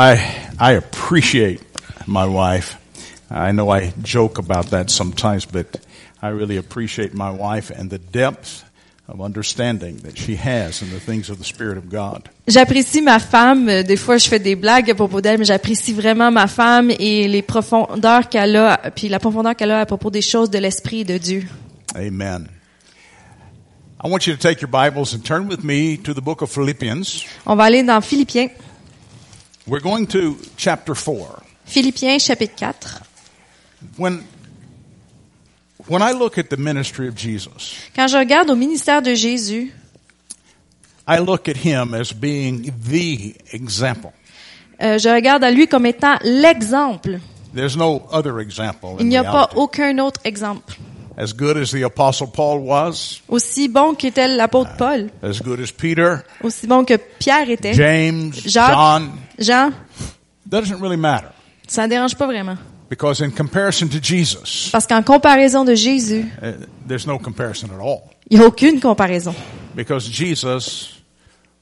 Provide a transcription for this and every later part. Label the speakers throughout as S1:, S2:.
S1: I I appreciate my wife. I know I joke about that sometimes, but I really appreciate my wife and the depth of understanding that she has in the things of the Spirit of God.
S2: J'apprécie ma femme. Euh, Des fois, je fais des blagues à propos d'elle, mais j'apprécie vraiment ma femme et les profondeurs qu'elle a, puis la profondeur qu'elle a à propos des choses de l'esprit et de Dieu.
S1: Amen. I want you to take your Bibles and turn with me to the book of Philippians.
S2: On va aller dans Philippiens.
S1: We're going to chapter 4.
S2: Philippiens, chapitre 4.
S1: When when I look at the ministry of Jesus,
S2: Quand je regarde au ministère de Jésus,
S1: I look at him as being the example.
S2: euh, je regarde à lui comme étant l'exemple.
S1: There's no other example.
S2: Il
S1: in
S2: n'y a pas
S1: reality.
S2: aucun autre exemple.
S1: As good as the apostle Paul was,
S2: Aussi bon qu'était l'apôtre Paul,
S1: as good as Peter,
S2: aussi bon que Pierre était,
S1: James,
S2: Jacques,
S1: John.
S2: Jean,
S1: Doesn't really matter
S2: ça ne dérange pas vraiment.
S1: because in comparison to Jesus,
S2: Parce qu'en comparaison de Jésus,
S1: uh, there's no comparison at all
S2: il n'y a aucune comparaison.
S1: because Jesus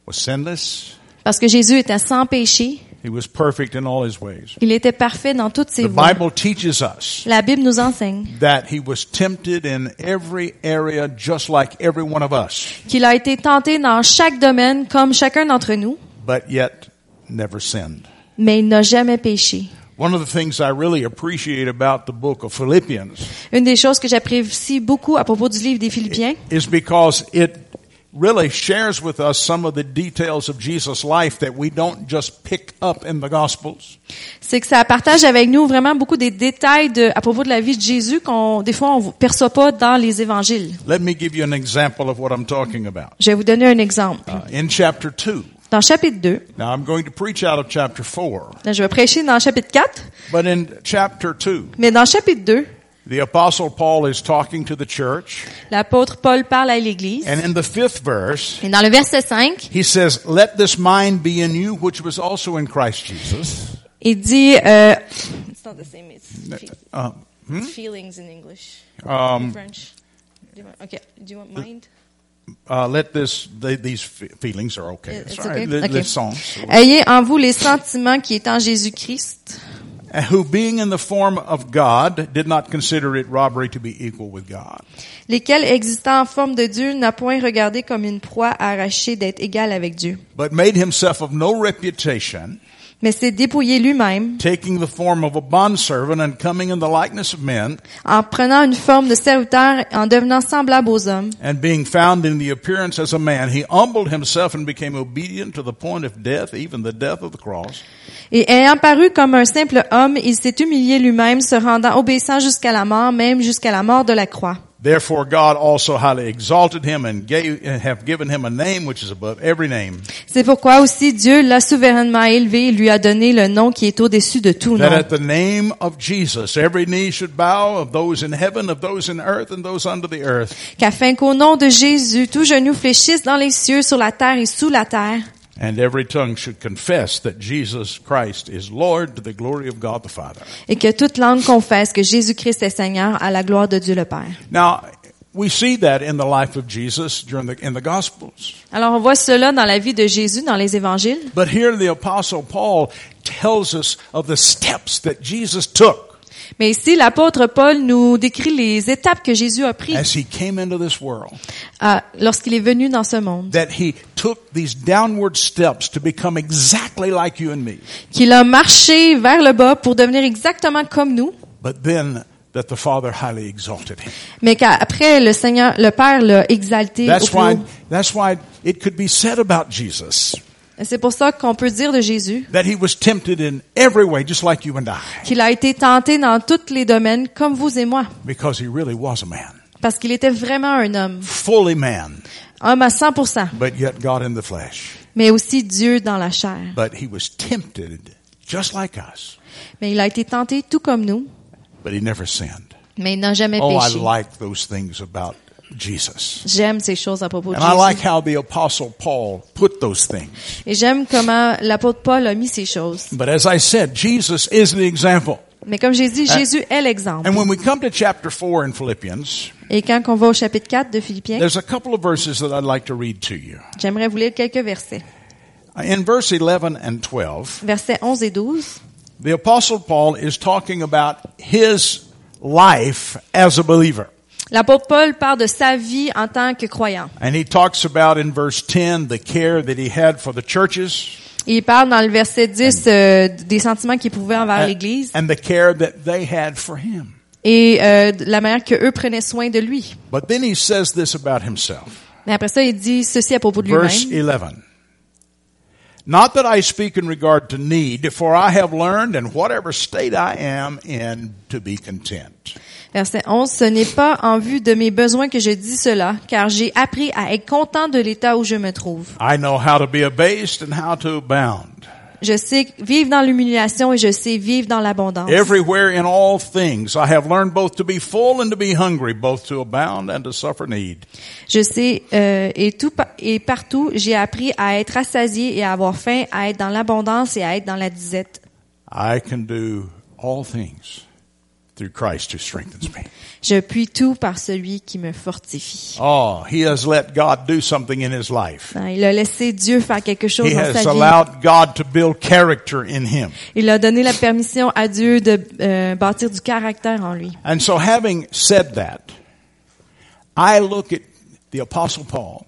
S1: was sinless.
S2: Parce que Jésus était sans péché,
S1: He was perfect in all his ways.
S2: il était parfait dans toutes ses
S1: The
S2: voies.
S1: Bible teaches us
S2: La Bible nous enseigne
S1: that he was tempted in every area just like every one of us,
S2: qu'il a été tenté dans chaque domaine comme chacun d'entre nous,
S1: but yet never sinned.
S2: mais il n'a jamais péché.
S1: One of the things I really appreciate about the book of Philippians
S2: Une des choses que j'apprécie beaucoup à propos du livre des Philippiens,
S1: is because it really shares with us some of the details of Jesus' life that we don't just pick up in the Gospels.
S2: c'est que ça partage avec nous vraiment beaucoup des détails de, à propos de la vie de Jésus qu'on, des fois, on ne perçoit pas dans les évangiles.
S1: Let me give you an example of what I'm talking about.
S2: Je vais vous donner un exemple.
S1: Uh, in chapter 2,
S2: Dans chapitre 2,
S1: now I'm going to preach out of chapter 4,
S2: là, je vais prêcher dans chapitre 4,
S1: but in chapter 2,
S2: mais dans chapitre 2,
S1: the Apostle Paul is talking to the church,
S2: l'apôtre Paul parle à l'Église.
S1: and in the fifth verse,
S2: Et dans le verset 5,
S1: he says, Let this mind be in you, which was also in Christ Jesus.
S2: Il dit, euh, It's not the same, it's fe-
S1: Uh,
S2: feelings in English,
S1: um,
S2: French. Do you want, okay, do you want mind?
S1: uh, let this, they, these fe- feelings are okay.
S2: It's
S1: all
S2: okay.
S1: The,
S2: Okay.
S1: the songs.
S2: Ayez en vous les sentiments qui est en Jésus-Christ,
S1: who being in the form of God did not consider it robbery to be equal with God.
S2: lesquels existant en forme de Dieu n'a point regardé comme une proie arrachée d'être égal avec Dieu,
S1: But made himself of no reputation,
S2: mais s'est dépouillé lui-même
S1: taking the form of a bondservant and coming in the likeness of men,
S2: en prenant une forme de serviteur, en devenant semblable aux hommes,
S1: and being found in the appearance as a man, he humbled himself and became obedient to the point of death, even the death of the cross.
S2: et ayant paru comme un simple homme, il s'est humilié lui-même, se rendant obéissant jusqu'à la mort, même jusqu'à la mort de la croix.
S1: Therefore God also highly exalted him and gave, and have given him a name which is above every name,
S2: C'est pourquoi aussi Dieu l'a souverainement élevé et lui a donné le nom qui est au-dessus de tout nom.
S1: that at the name of Jesus every knee should bow of those in heaven, of those in earth, and those under the earth.
S2: Qu'afin qu'au nom de Jésus, tout genou fléchisse dans les cieux, sur la terre et sous la terre.
S1: And every tongue should confess that Jesus Christ is Lord to the glory of God the Father.
S2: Et que toute langue confesse que Jésus-Christ est Seigneur à la gloire de Dieu le Père.
S1: Now, we see that in the life of Jesus during the, in the Gospels.
S2: Alors on voit cela dans la vie de Jésus, dans les évangiles.
S1: But here the Apostle Paul tells us of the steps that Jesus took
S2: Mais ici, l'apôtre Paul nous décrit les étapes que Jésus a prises
S1: as he came into this world.
S2: euh, lorsqu'il est venu dans ce monde.
S1: That he took these downward steps to become exactly like you and me.
S2: Qu'il a marché vers le bas pour devenir exactement comme nous.
S1: But then that the Father highly exalted him.
S2: Mais qu'après, le Seigneur, le Père l'a exalté au
S1: That's
S2: plus haut.
S1: why, that's why it could be said about Jesus
S2: Et C'est pour ça qu'on peut dire de Jésus
S1: that he was tempted in every way, just like you and I.
S2: qu'il a été tenté dans tous les domaines, comme vous et moi,
S1: because he really was a man,
S2: parce qu'il était vraiment un homme,
S1: fully man,
S2: homme à 100%,
S1: but yet God in the flesh.
S2: mais aussi Dieu dans la chair.
S1: But he was tempted just like us,
S2: Mais il a été tenté tout comme nous,
S1: but he never sinned.
S2: mais il n'a jamais
S1: Oh, I
S2: péché.
S1: like those things about Jesus.
S2: J'aime ces choses à propos de
S1: And I like
S2: Jésus.
S1: how the apostle Paul put those things.
S2: Et j'aime comment l'apôtre Paul a mis ces choses.
S1: But as I said, Jesus is the example.
S2: Mais comme j'ai dit, Jésus est l'exemple.
S1: Euh, And when we come to chapter 4 in Philippians,
S2: Et quand on va au chapitre 4 de Philippiens,
S1: there's a couple of verses that I'd like to read to you.
S2: j'aimerais vous lire quelques versets.
S1: In verse 11 and 12,
S2: Versets 11 et 12,
S1: the apostle Paul is talking about his life as a believer.
S2: l'apôtre Paul parle de sa vie en tant que croyant.
S1: And he talks about in verse 10 the care that he had for the churches
S2: Il parle dans le verset 10 euh, des sentiments qu'il éprouvait
S1: Euh.
S2: envers l'Église
S1: and the care that they had for him.
S2: et euh, de la manière que eux prenaient soin de lui.
S1: But then he says this about himself.
S2: Mais après ça, il dit ceci à propos de
S1: Verse
S2: lui-même.
S1: 11. Not that I speak in regard to need, for I have learned in whatever state I am in to be content.
S2: Verset 11, ce n'est pas en vue de mes besoins que je dis cela, car j'ai appris à être content de l'état où je me trouve.
S1: I know how to be abased and how to abound.
S2: Je sais vivre dans l'humiliation et je sais vivre dans l'abondance.
S1: Everywhere in all things I have learned both to be full and to be hungry, both to abound and to suffer need.
S2: Je sais euh, et tout pa- et partout, j'ai appris à être rassasié et à avoir faim, à être dans l'abondance et à être dans la disette.
S1: I can do all things through Christ who strengthens me.
S2: Je puis tout par celui qui me fortifie.
S1: Oh, he has let God do something in his life.
S2: Hein, Il a laissé Dieu faire quelque chose
S1: He
S2: dans
S1: has
S2: sa vie.
S1: allowed God to build character in him.
S2: Il a donné la permission à Dieu de euh, bâtir du caractère en lui.
S1: And so having said that, I look at the apostle Paul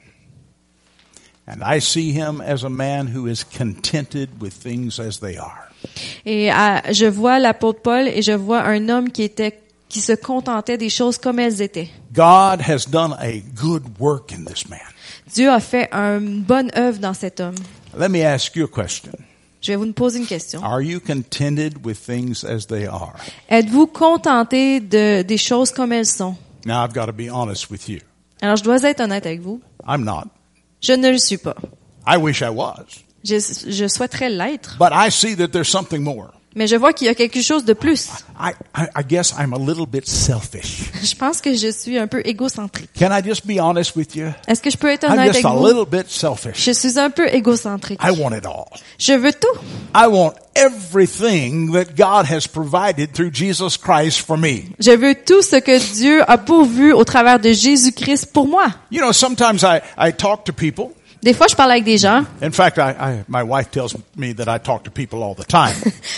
S1: and I see him as a man who is contented with things as they are.
S2: Et ah, je vois l'apôtre Paul et je vois un homme qui était qui se contentait des choses comme elles étaient.
S1: God has done a good work in this man.
S2: Dieu a fait une bonne œuvre dans cet homme.
S1: Let me ask you a question.
S2: Je vais vous poser une question.
S1: Are you contented with things as they are?
S2: Êtes-vous contenté de, des choses comme elles sont?
S1: Now I've got to be honest with you.
S2: Alors, je dois être honnête avec vous.
S1: I'm not.
S2: Je ne le suis pas.
S1: I wish I was.
S2: Je, je souhaiterais l'être.
S1: But I see that there's something more.
S2: Mais je vois qu'il y a quelque chose de plus.
S1: I, I, I guess I'm a little bit selfish.
S2: Je pense que je suis un peu égocentrique.
S1: Can I just be honest with you?
S2: Est-ce que je peux être
S1: I'm
S2: honnête
S1: just
S2: avec
S1: a
S2: vous?
S1: little bit selfish.
S2: Je suis un peu égocentrique.
S1: I want it all.
S2: Je veux tout.
S1: I want everything that God has provided through Jesus Christ for me.
S2: Je veux tout ce que Dieu a pourvu au travers de Jésus-Christ pour moi.
S1: You know, sometimes I, I talk to people.
S2: Des fois, je parle avec des gens.
S1: In fact, I, I, my wife tells me that I talk to people all the time.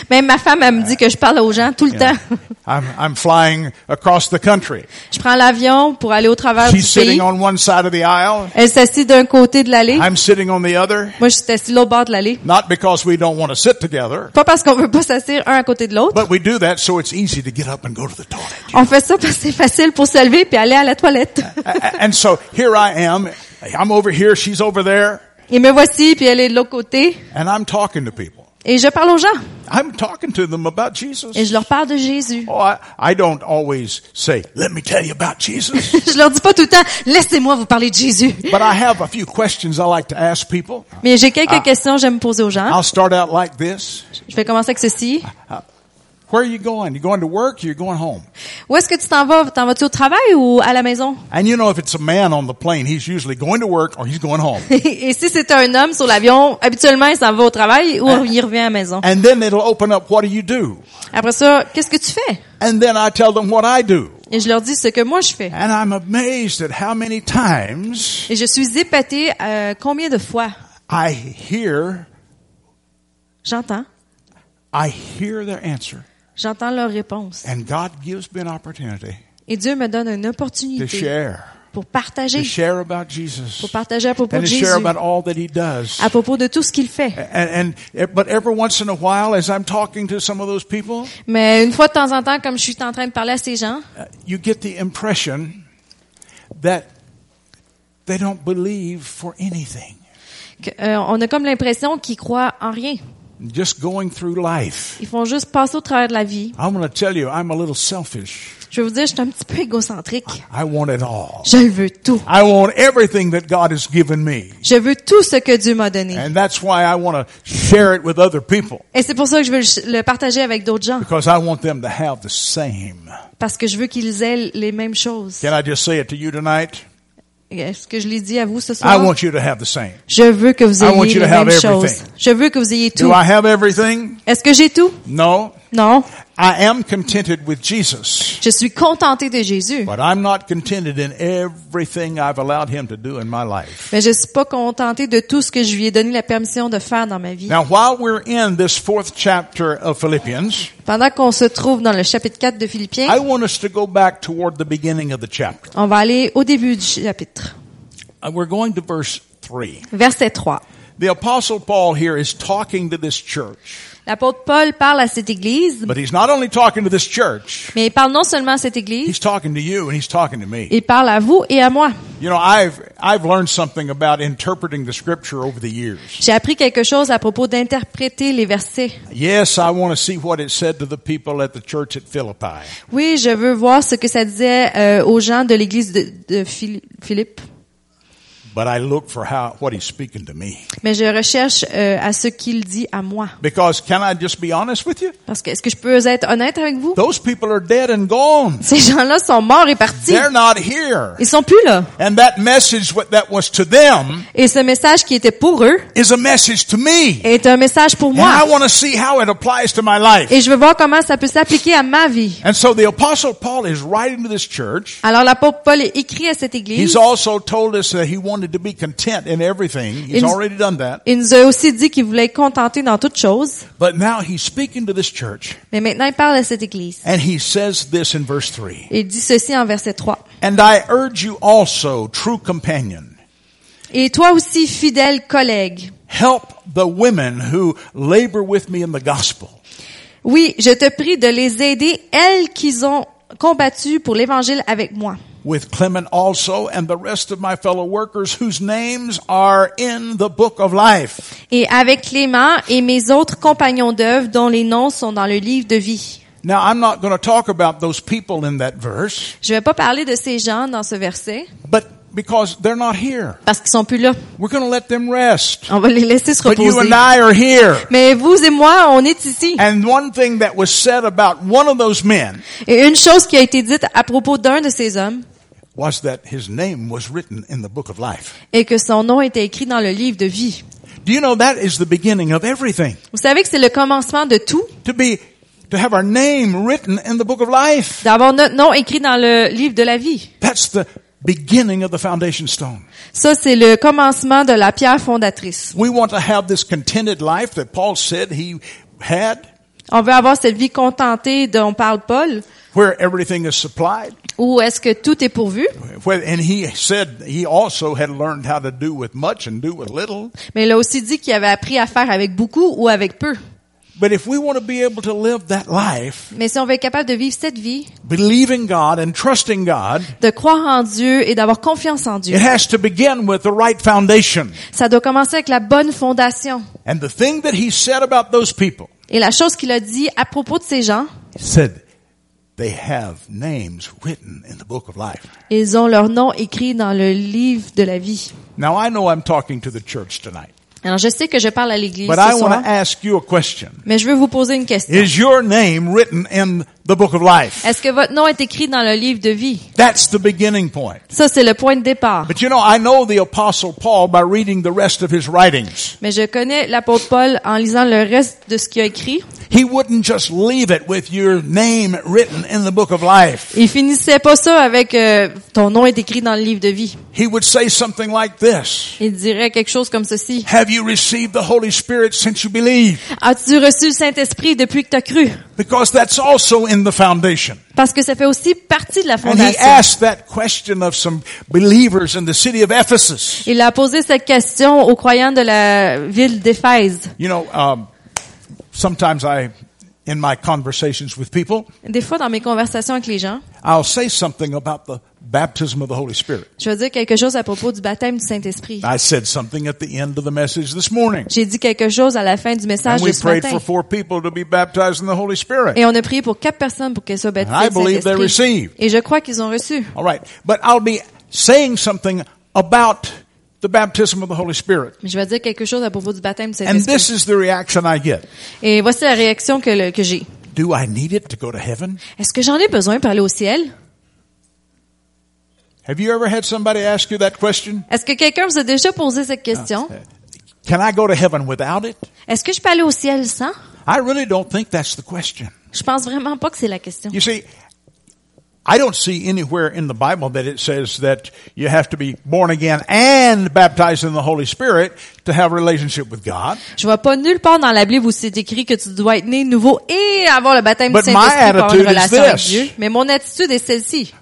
S2: Même ma femme, elle me dit que je parle aux gens tout le
S1: You know,
S2: temps.
S1: I'm, I'm flying across the country.
S2: Je prends l'avion pour aller au travers du
S1: She's
S2: pays.
S1: sitting on Ah. one side of the aisle.
S2: Elle s'assit d'un côté de l'allée.
S1: I'm sitting on the other.
S2: Moi, je suis assis l'autre bord de l'allée.
S1: Not because we don't want to sit together,
S2: Pas parce qu'on veut pas s'asseoir un à côté de l'autre.
S1: but we do that so it's easy to get up and go to the toilet.
S2: On fait ça parce que c'est facile pour se lever puis aller à la toilette.
S1: A- and so here I am. I'm over here. She's over there.
S2: Et me voici puis elle est de l'autre côté.
S1: And I'm talking to people.
S2: Et je parle aux gens.
S1: I'm talking to them about
S2: Et
S1: Jesus.
S2: je leur parle de Jésus.
S1: Oh, I, I don't always say, let me tell you about Jesus.
S2: Je leur dis pas tout le temps, laissez-moi vous parler de Jésus.
S1: but I have a few questions I like to ask people.
S2: Mais j'ai
S1: Ah.
S2: quelques questions que j'aime poser aux gens.
S1: I'll start out like this.
S2: Je vais commencer avec ceci.
S1: Where are you going? You going to work? You're going home.
S2: Où est-ce que tu t'en vas? T'en vas-tu au travail ou à la maison?
S1: And you know, if it's a man on the plane, he's usually going to work or he's going home.
S2: Et si c'est un homme sur l'avion, habituellement, il s'en va au travail ou
S1: Ah.
S2: il revient à la maison.
S1: And then it'll open up, what do you do?
S2: Après ça, qu'est-ce que tu fais?
S1: And then I tell them what I do.
S2: Et je leur dis ce que moi je fais.
S1: And I'm amazed at how many times
S2: Et je suis épatée euh, combien de fois
S1: I hear,
S2: j'entends,
S1: I hear their answer.
S2: j'entends leur réponse.
S1: And God gives me an opportunity
S2: Et Dieu me donne une
S1: to
S2: opportunité
S1: share,
S2: pour
S1: to
S2: partager,
S1: share about Jesus
S2: pour partager à propos
S1: and
S2: de
S1: to share
S2: Jésus,
S1: about all that he does.
S2: à propos de tout ce qu'il fait.
S1: And, and, but every once in a while, as I'm talking to some of those people,
S2: Mais une fois de temps en temps, comme je suis en train de parler à ces gens,
S1: uh, you get the impression that they don't believe for anything.
S2: que, euh, on a comme l'impression qu'ils croient en rien.
S1: Just going through life.
S2: Ils font juste passer au travers de la vie.
S1: I'm going to tell you, I'm a little selfish.
S2: Je vais vous dire, je suis un petit peu égocentrique.
S1: I want it all.
S2: Je le veux tout.
S1: I want everything that God has given me.
S2: Je veux tout ce que Dieu m'a donné.
S1: And that's why I want to share it with other people
S2: Et c'est pour ça que je veux le le partager avec d'autres gens,
S1: because I want them to have the same.
S2: parce que je veux qu'ils aient les mêmes choses.
S1: Can I just say it to you tonight?
S2: Est-ce que je l'ai dit à vous ce
S1: I
S2: soir?
S1: want you to have the same.
S2: Je veux que vous
S1: I want
S2: ayez
S1: you to
S2: les
S1: have
S2: mêmes
S1: everything.
S2: choses. Je veux que vous ayez
S1: Do
S2: tout.
S1: I have everything?
S2: Est-ce que j'ai tout?
S1: No.
S2: Non,
S1: I am contented with Jesus,
S2: je suis contentée de Jésus,
S1: but I'm not contented in everything I've allowed him to do in my life.
S2: mais je suis pas contentée de tout ce que je lui ai donné la permission de faire dans ma vie.
S1: Now, while we're in this fourth chapter of Philippians,
S2: Pendant qu'on se trouve dans le chapitre 4 de Philippiens,
S1: I want us to go back toward the beginning of the chapter.
S2: on va aller au début du chapitre,
S1: Uh, We're going to verse 3.
S2: verset 3.
S1: The apostle Paul here is talking to this church,
S2: L'apôtre Paul parle à cette église,
S1: but he's not only talking to this church,
S2: mais il parle non seulement à cette église,
S1: he's talking to you and he's talking to me.
S2: il parle à vous et à moi.
S1: You know, I've, I've learned something about interpreting the scripture over the years.
S2: J'ai appris quelque chose à propos d'interpréter les versets.
S1: Yes, I want to see what it said to the people at the church at Philippi.
S2: Oui, je veux voir ce que ça disait euh, aux gens de l'église de, de Phil- Philippe,
S1: but I look for how what he's speaking to me.
S2: mais je recherche euh, à ce qu'il dit à moi.
S1: Because can I just be honest with you?
S2: Parce que est-ce que je peux être honnête avec vous
S1: Those people are dead and gone.
S2: Ces gens-là sont morts et partis.
S1: They're not here.
S2: Ils sont plus là.
S1: And that message what that was to them
S2: Et ce message qui était pour eux
S1: is a message to me.
S2: est un message pour
S1: And I
S2: moi.
S1: want to see how it applies to my life.
S2: Et je veux voir comment ça peut s'appliquer à ma vie.
S1: And so the apostle Paul is writing to this church.
S2: Alors l'apôtre Paul est écrit à cette
S1: He's
S2: église.
S1: also told us that he wanted to be content in everything. He's
S2: Ils-
S1: already done that.
S2: Il nous a aussi dit qu'il voulait être contenté dans toutes choses.
S1: But now he's speaking to this church
S2: Mais maintenant, il parle à cette église.
S1: and he says this in verse 3.
S2: Il dit ceci en verset 3.
S1: And I urge you also, true companion,
S2: Et toi aussi, fidèle collègue,
S1: Help the women who labor with me in the gospel.
S2: oui, je te prie de les aider, elles qui ont combattu pour l'évangile avec moi.
S1: With Clement also and the rest of my fellow workers whose names are in the book of life.
S2: Et avec Clément et mes autres compagnons d'œuvre dont les noms sont dans le livre de vie.
S1: Now I'm not going to talk about those people in that verse,
S2: Je vais pas parler de ces gens dans ce verset
S1: but because they're not here,
S2: parce qu'ils sont plus là.
S1: we're going to let them rest.
S2: On va les laisser se
S1: But you Euh.
S2: reposer.
S1: and I are here.
S2: Mais vous et moi, on est ici.
S1: And one thing that was said about one of those men
S2: Et une chose qui a été dite à propos d'un de ces hommes
S1: was that his name was written in the book of life.
S2: est que son nom était écrit dans le livre de vie.
S1: Do you know that is the beginning of everything?
S2: Vous savez que c'est le commencement de tout,
S1: To be, to have our name written in the book of life.
S2: d'avoir notre nom écrit dans le livre de la vie.
S1: That's the beginning of the foundation stone.
S2: Ça, c'est le commencement de la pierre fondatrice.
S1: We want to have this contented life that Paul said he had,
S2: On veut avoir cette vie contentée dont parle Paul,
S1: where everything is supplied.
S2: où est-ce que tout est pourvu.
S1: Where, and he said he also had learned how to do with much and do with little.
S2: Mais il a aussi dit qu'il avait appris à faire avec beaucoup ou avec peu.
S1: But if we want to be able to live that life,
S2: Mais si on veut être capable de vivre cette vie,
S1: believing God and trusting God,
S2: de croire en Dieu et d'avoir confiance en Dieu,
S1: it has to begin with the right foundation.
S2: ça doit commencer avec la bonne fondation.
S1: And the thing that he said about those people,
S2: Et la chose qu'il a dit à propos de ces gens,
S1: he said, they have names written in the book of life.
S2: ils ont leur nom écrit dans le livre de la vie.
S1: Now I know I'm talking to the church tonight.
S2: Alors je sais que je parle à l'Église
S1: But
S2: ce
S1: I
S2: soir,
S1: want to ask you a question.
S2: mais je veux vous poser une question.
S1: Is your name written in the book of life?
S2: Est-ce que votre nom est écrit dans le livre de vie?
S1: That's the beginning point.
S2: Ça, c'est le point de départ.
S1: But you know, I know the apostle Paul by reading the rest of his writings.
S2: Mais je connais l'apôtre Paul en lisant le reste de ce qu'il a écrit.
S1: He wouldn't just leave it with your name written in the book of life.
S2: Il finissait pas ça avec euh, ton nom est écrit dans le livre de vie.
S1: He would say something like this.
S2: Il dirait quelque chose comme ceci.
S1: Have you received the Holy Spirit since you believe?
S2: As-tu reçu le Saint-Esprit depuis que tu as cru?
S1: Because that's also in the foundation.
S2: Parce que ça fait aussi partie de la
S1: And he
S2: fondation.
S1: asked that question of some believers in the city of Ephesus.
S2: Il a posé cette question aux croyants de la ville d'Éphèse.
S1: You know, um, sometimes I, in my conversations with people,
S2: Des fois, dans mes conversations avec les gens,
S1: I'll say something about the baptism of the Holy Spirit.
S2: je vais dire quelque chose à propos du baptême du Saint-Esprit.
S1: I said something at the end of the message this morning.
S2: J'ai dit quelque chose à la fin du message
S1: And
S2: de
S1: we
S2: ce
S1: prayed
S2: matin.
S1: for four people to be baptized in the Holy Spirit.
S2: Et on a prié pour quatre personnes pour qu'elles soient
S1: And I
S2: baptisées du
S1: believe they
S2: Saint-Esprit.
S1: received.
S2: Et je crois qu'ils ont reçu.
S1: All right. But I'll be saying something about the baptism of the Holy Spirit.
S2: Mais je vais dire quelque chose à propos du baptême du
S1: And
S2: Saint-Esprit.
S1: this is the reaction I get.
S2: Et voici la réaction que, le- que j'ai.
S1: Do I need it to go to heaven?
S2: Est-ce que j'en ai besoin pour aller au ciel?
S1: Have you ever had somebody ask you that question? Uh,
S2: Est-ce que quelqu'un vous a déjà posé cette question?
S1: Ah, Can I go to heaven without it?
S2: Est-ce que je peux aller au ciel sans?
S1: I really don't think that's the question.
S2: Je pense vraiment pas que c'est la question.
S1: You see, I don't see anywhere in the Bible that it says that you have to be born again and baptized in the Holy Spirit to have a relationship with God.
S2: Je vois pas nulle part dans la Bible où c'est écrit que tu dois être né nouveau et avoir le baptême
S1: But
S2: du
S1: my
S2: Saint-Esprit pour avoir
S1: attitude
S2: une
S1: is
S2: relation avec
S1: this.
S2: Dieu. Mais mon attitude est celle-ci.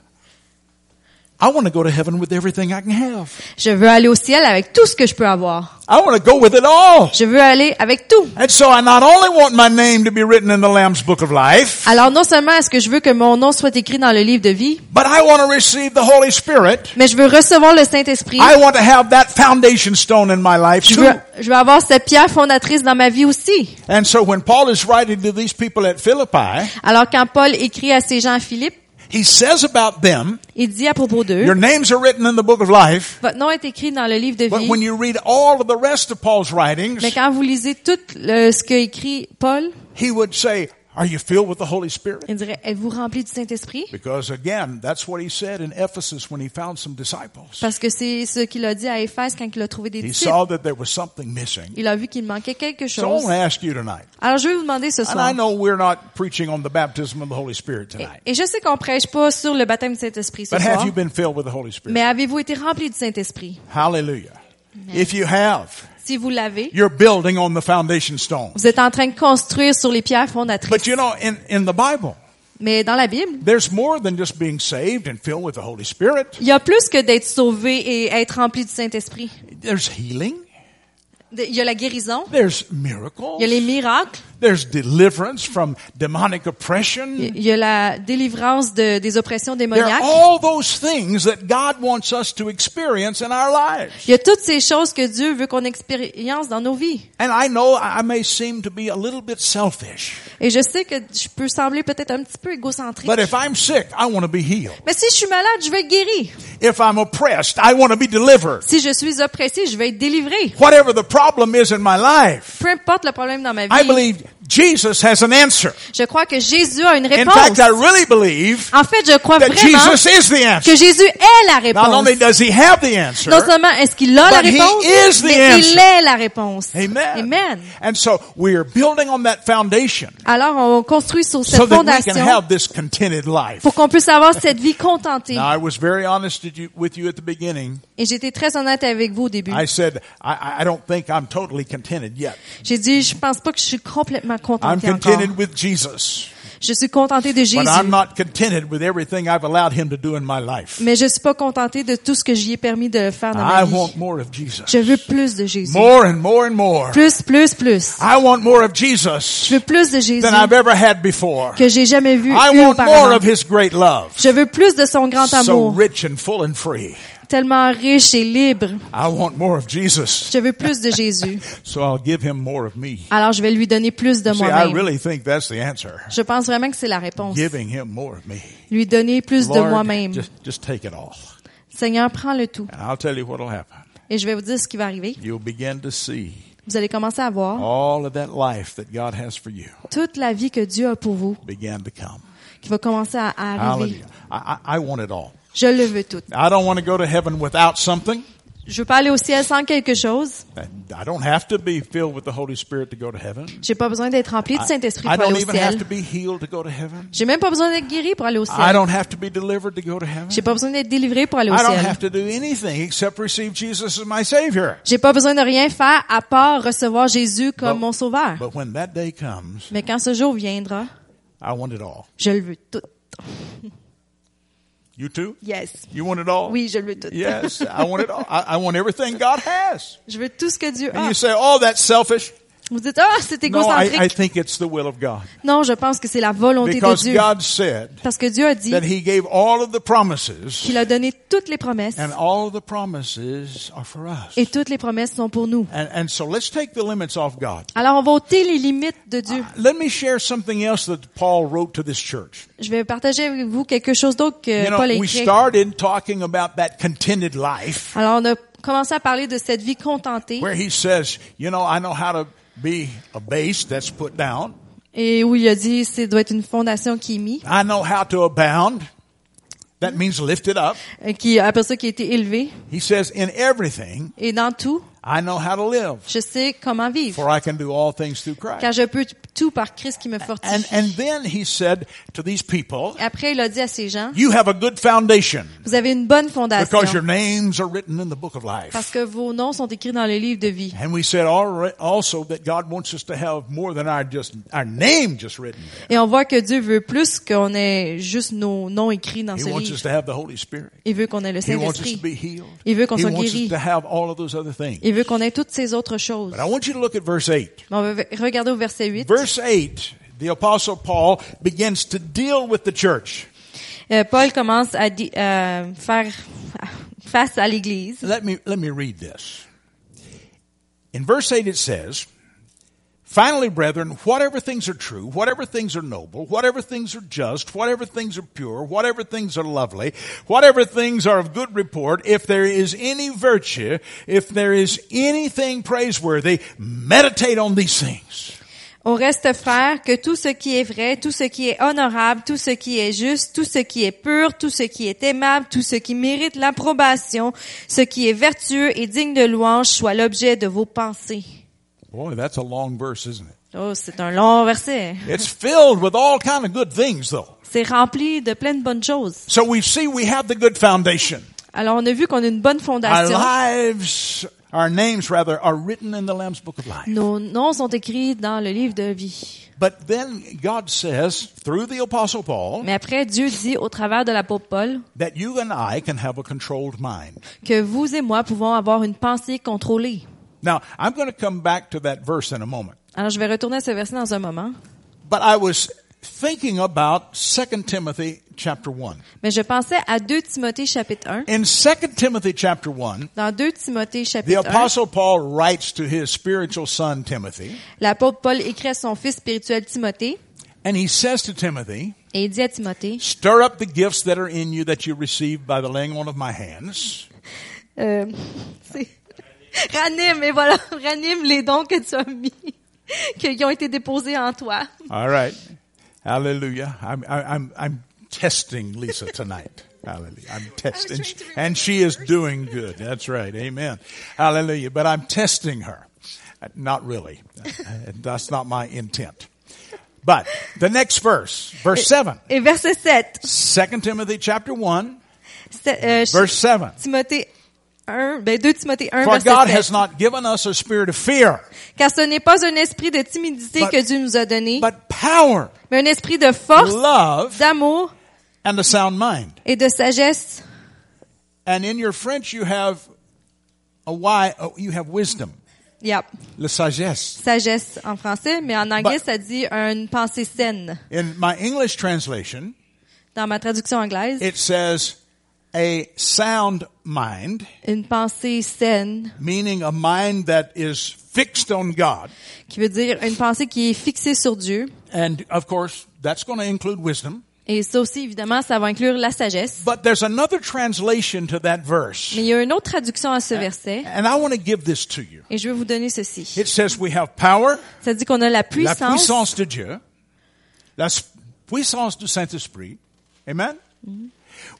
S1: I want to go to heaven with everything I can have.
S2: Je veux aller au ciel avec tout ce que je peux avoir.
S1: I want to go with it all.
S2: Je veux aller avec tout.
S1: And so I not only want my name to be written in the Lamb's Book of Life,
S2: Alors non seulement est-ce que je veux que mon nom soit écrit dans le livre de vie,
S1: but I want to receive the Holy Spirit.
S2: mais je veux recevoir le Saint-Esprit.
S1: I want to have that foundation stone in my life
S2: Je
S1: too.
S2: veux, je veux avoir cette pierre fondatrice dans ma vie aussi.
S1: And so when Paul is writing to these people at Philippi,
S2: Alors quand Paul écrit à ces gens à Philippe,
S1: he says about them,
S2: il dit à propos d'eux,
S1: your names are written in the book of life,
S2: votre nom est écrit dans le livre de
S1: but when
S2: vie.
S1: you read all of the rest of Paul's writings,
S2: Mais quand vous lisez tout le- ce qu'a écrit Paul,
S1: he would say, are you filled with the Holy Spirit?
S2: il dirait, êtes-vous rempli du Saint-Esprit?
S1: Because again, that's what he said in Ephesus when he found some disciples.
S2: Parce que c'est ce qu'il a dit à Éphèse quand il a trouvé des
S1: He
S2: disciples.
S1: saw that there was something missing.
S2: Il a vu qu'il manquait quelque
S1: So I want
S2: chose.
S1: to ask you tonight,
S2: Alors je vais vous demander ce
S1: and I
S2: soir.
S1: know we're not preaching on the baptism of the Holy Spirit tonight,
S2: Et je sais qu'on prêche pas sur le baptême du Saint-Esprit ce
S1: but have
S2: soir.
S1: you been filled with the Holy Spirit?
S2: Mais avez-vous été rempli du Saint-Esprit?
S1: Hallelujah. If you have,
S2: Si vous l'avez,
S1: you're building on the foundation stone.
S2: vous êtes en train de construire sur les pierres
S1: But
S2: fondatrices.
S1: you know, in, in the Bible,
S2: Mais dans la Bible,
S1: there's more than just being saved and filled with the Holy Spirit.
S2: il y a plus que d'être sauvé et être rempli du Saint-Esprit.
S1: There's healing.
S2: De- Il y a la guérison,
S1: There's
S2: il y a les
S1: miracles.
S2: miracles,
S1: There's deliverance from demonic oppression.
S2: il y a la délivrance de- des oppressions
S1: There are
S2: démoniaques.
S1: all those things that God wants us to experience in our lives.
S2: Il y a toutes ces choses que Dieu veut qu'on expérience dans nos vies.
S1: And I know I may seem to be a little bit selfish,
S2: Et je sais que je peux sembler peut-être un petit peu égocentrique.
S1: but if I'm sick, I want to be healed.
S2: Mais si je suis malade, je vais être guéri.
S1: If I'm oppressed, I want to be delivered.
S2: Si je suis oppressé, je vais être délivré.
S1: Whatever the problem is in my life,
S2: Peu importe le problème dans ma
S1: I
S2: vie,
S1: believe Jesus has an answer.
S2: je crois que Jésus a une
S1: In
S2: réponse.
S1: fact, I really believe
S2: En fait, je crois
S1: that
S2: vraiment
S1: Jesus is the answer.
S2: que Jésus est la
S1: Not
S2: réponse.
S1: only does he have the answer,
S2: Non seulement est-ce qu'il a la
S1: But he
S2: réponse,
S1: is the
S2: mais il
S1: answer.
S2: est la réponse.
S1: amen. And so we are building on that foundation
S2: Alors, on construit sur cette
S1: so that we can
S2: fondation
S1: have this contented life.
S2: pour qu'on puisse avoir cette vie contentée.
S1: Now, I was very honest with you- with you at the beginning.
S2: Et j'étais très honnête avec vous au début.
S1: I said, I- I, I don't think I'm totally contented yet.
S2: J'ai dit, je pense pas que je suis complètement
S1: I'm
S2: contentée encore.
S1: contented with Jesus,
S2: Je suis contentée de Jésus,
S1: but I'm not contented with everything I've allowed him to do in my life.
S2: mais je suis pas contentée de tout ce que j'y ai permis de faire dans ma
S1: I
S2: vie.
S1: want more of Jesus.
S2: Je veux plus de Jésus.
S1: More and more and more.
S2: Plus, plus, plus.
S1: I want more of Jesus
S2: Je veux plus de Jésus
S1: than I've ever had before.
S2: que j'ai jamais vu
S1: I
S2: eu
S1: want more
S2: auparavant.
S1: of his great love.
S2: Je veux plus de son grand
S1: So
S2: amour,
S1: rich and full and free.
S2: tellement riche et libre.
S1: I want more of Jesus.
S2: Je veux plus de Jésus.
S1: So I'll give him more of me.
S2: Alors, je vais lui donner plus de
S1: See, I
S2: moi-même.
S1: really think that's the answer.
S2: Je pense vraiment que c'est la réponse.
S1: Giving him more of me.
S2: Lui donner plus de
S1: Lord,
S2: moi-même.
S1: just, just take it all.
S2: Seigneur, prends le tout.
S1: And I'll tell you what'll happen.
S2: Et je vais vous dire ce qui va arriver.
S1: You'll begin to see
S2: Vous allez commencer à voir
S1: all of that life that God has for you
S2: toute la vie que Dieu a pour vous
S1: begin to come.
S2: qui va commencer à, à arriver.
S1: Hallelujah. I, I, I want it all.
S2: Je le veux tout.
S1: I don't want to go to heaven without something.
S2: Je veux pas aller au ciel sans quelque chose.
S1: And I don't have to be filled with the Holy Spirit to go to heaven.
S2: J'ai pas besoin d'être rempli du
S1: I,
S2: Saint-Esprit
S1: I
S2: pour
S1: don't
S2: aller au
S1: even have
S2: ciel.
S1: to be healed to go to heaven.
S2: J'ai même pas besoin d'être guéri pour aller au
S1: I
S2: ciel.
S1: don't have to be delivered to go to heaven.
S2: J'ai pas besoin d'être délivré pour aller au
S1: I don't
S2: ciel.
S1: have to do anything except receive Jesus as my Savior.
S2: J'ai pas besoin de rien faire à part recevoir Jésus comme
S1: But-
S2: mon sauveur.
S1: But when that day comes,
S2: Mais quand ce jour viendra,
S1: I want it all.
S2: je le veux tout.
S1: You too?
S2: Yes.
S1: You want it all?
S2: Oui, je le veux tout.
S1: Yes, I want it all. I, I want everything God has.
S2: Je veux tout ce que Dieu
S1: And
S2: a.
S1: you say, oh, that's selfish.
S2: Vous dites, ah, c'est
S1: No, I,
S2: égocentrique.
S1: I think it's the will of God.
S2: Non, je pense que c'est la volonté de
S1: Because
S2: Dieu.
S1: God said
S2: Parce que Dieu a dit
S1: that He gave all of the promises,
S2: qu'il a donné toutes les promesses
S1: and all of the promises are for us.
S2: et toutes les promesses sont pour nous.
S1: And, and so let's take the limits off God.
S2: Alors on va ôter les limites de Dieu.
S1: Let me share something else that Paul wrote to this church.
S2: Je vais partager avec vous quelque chose d'autre que
S1: You know,
S2: Eh, Paul a
S1: we
S2: écrit.
S1: started talking about that contented life
S2: Alors on a commencé à parler de cette vie contentée
S1: where he says, you know, I know how to be abased, that's put down.
S2: et où il a dit c'est doit être une fondation qui est mise,
S1: I know how to abound, that means lifted up.
S2: euh, qui euh, après ça qui a été élevée
S1: He says, in everything,
S2: et dans tout.
S1: I know how to live,
S2: Je sais comment vivre,
S1: for I can do all things through Christ.
S2: car je peux tout par Christ qui me
S1: And,
S2: fortifie.
S1: and then he said to these people,
S2: Après, il a dit à ces gens,
S1: you have a good foundation
S2: vous avez une bonne
S1: because your
S2: fondation,
S1: names are written in the book of
S2: parce
S1: life.
S2: que vos noms sont écrits dans le livre de vie.
S1: And we said alre- also that God wants us to have more than our just, our name just written.
S2: Et on voit que Dieu veut plus qu'on ait juste nos noms écrits dans
S1: He
S2: ce
S1: wants us
S2: livre.
S1: to have the Holy Spirit.
S2: Il veut qu'on ait le
S1: He wants us to
S2: Saint-Esprit.
S1: be healed.
S2: Il veut qu'on
S1: he
S2: soit
S1: wants
S2: guéri.
S1: us to have all of those other things.
S2: Il veut qu'on ait toutes ces autres choses.
S1: But I want you to look at verse 8.
S2: Mais on va regarder au verset 8.
S1: Verse 8, the Apostle Paul begins to deal with the church.
S2: Euh, Paul commence à di- à faire face à l'Église.
S1: Let me, let me read this. In verse 8 it says, Finally, brethren, whatever things are true, whatever things are noble, whatever things are just, whatever things are pure, whatever things are lovely, whatever things are of good report, if there is any virtue, if there is anything praiseworthy, meditate on these things.
S2: Au reste frères, que tout ce qui est vrai, tout ce qui est honorable, tout ce qui est juste, tout ce qui est pur, tout ce qui est aimable, tout ce qui mérite l'approbation, ce qui est vertueux et digne de louange soit l'objet de vos pensées.
S1: Boy, that's a long verse, isn't it?
S2: Oh, c'est un long verset. hein.
S1: It's filled with all kind of good things, though.
S2: C'est rempli de plein de bonnes choses.
S1: So we see we have the good foundation.
S2: Alors, on a vu qu'on a une bonne
S1: Our
S2: fondation.
S1: lives, our names rather, are written in the Lamb's Book of Life.
S2: Nos noms sont écrits dans le livre de vie.
S1: But then God says, through the Apostle Paul,
S2: Mais après, Dieu dit au travers de l'apôtre Paul
S1: that you and I can have a controlled mind.
S2: que vous et moi pouvons avoir une pensée contrôlée.
S1: Now, I'm going to come back to that verse in a moment.
S2: Alors, je vais retourner à ce verset dans un moment.
S1: But I was thinking about 2 Timothy chapter 1.
S2: Mais je pensais à 2 Timothée chapitre 1.
S1: In 2 Timothy chapter 1,
S2: Dans 2 Timothée
S1: the
S2: chapitre 1,
S1: Apostle Paul writes to his spiritual son Timothy,
S2: l'apôtre Paul écrit à son fils spirituel Timothée
S1: and he says to Timothy,
S2: et il dit à Timothée,
S1: Stir up the gifts that are in you that you received by the laying on of my hands.
S2: euh, c'est- ranime, et voilà, ranime les dons que tu as mis, qui ont été déposés en toi.
S1: All right. Hallelujah. I'm, I- I'm, I'm testing Lisa tonight. Hallelujah. I'm testing.
S2: trying to remember
S1: And she is doing good. That's right. Amen. Hallelujah. But I'm testing her. Uh, Not really. Uh, That's not my intent. But the next verse, verse 7.
S2: Et verset
S1: 2
S2: 7,
S1: Timothy chapter 1,
S2: c'est- euh, je-
S1: verse 7.
S2: Timothée 1, ben 2 Timothée 1,
S1: For
S2: verset
S1: God
S2: 7.
S1: has not given us a spirit of fear,
S2: Car ce n'est pas un esprit de timidité
S1: But-
S2: que Dieu nous a donné,
S1: but power,
S2: mais un esprit de force,
S1: love,
S2: d'amour
S1: and a sound mind.
S2: et de sagesse.
S1: And in your French, you have a why, oh, you have wisdom,
S2: Yep.
S1: la sagesse.
S2: Sagesse en français, mais en anglais,
S1: But-
S2: ça dit une pensée saine.
S1: In my English translation,
S2: Dans ma traduction anglaise,
S1: it says a sound mind,
S2: une pensée saine,
S1: meaning a mind that is fixed on God.
S2: qui veut dire une pensée qui est fixée sur Dieu.
S1: And of course, that's going to include wisdom.
S2: Et ça aussi, évidemment, ça va inclure la sagesse.
S1: But there's another translation to that verse.
S2: Mais il y a une autre traduction à
S1: Euh.
S2: ce verset,
S1: And I want to give this to you.
S2: et je vais vous donner ceci.
S1: It says we have power,
S2: Ça dit qu'on a la
S1: la
S2: puissance,
S1: puissance de Dieu, la s- puissance du Saint-Esprit. Amen?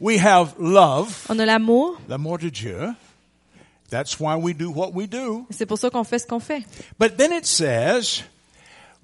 S1: We have love,
S2: on a l'amour.
S1: l'amour de Dieu. That's why we do what we do.
S2: C'est pour ça qu'on fait ce qu'on fait.
S1: But then it says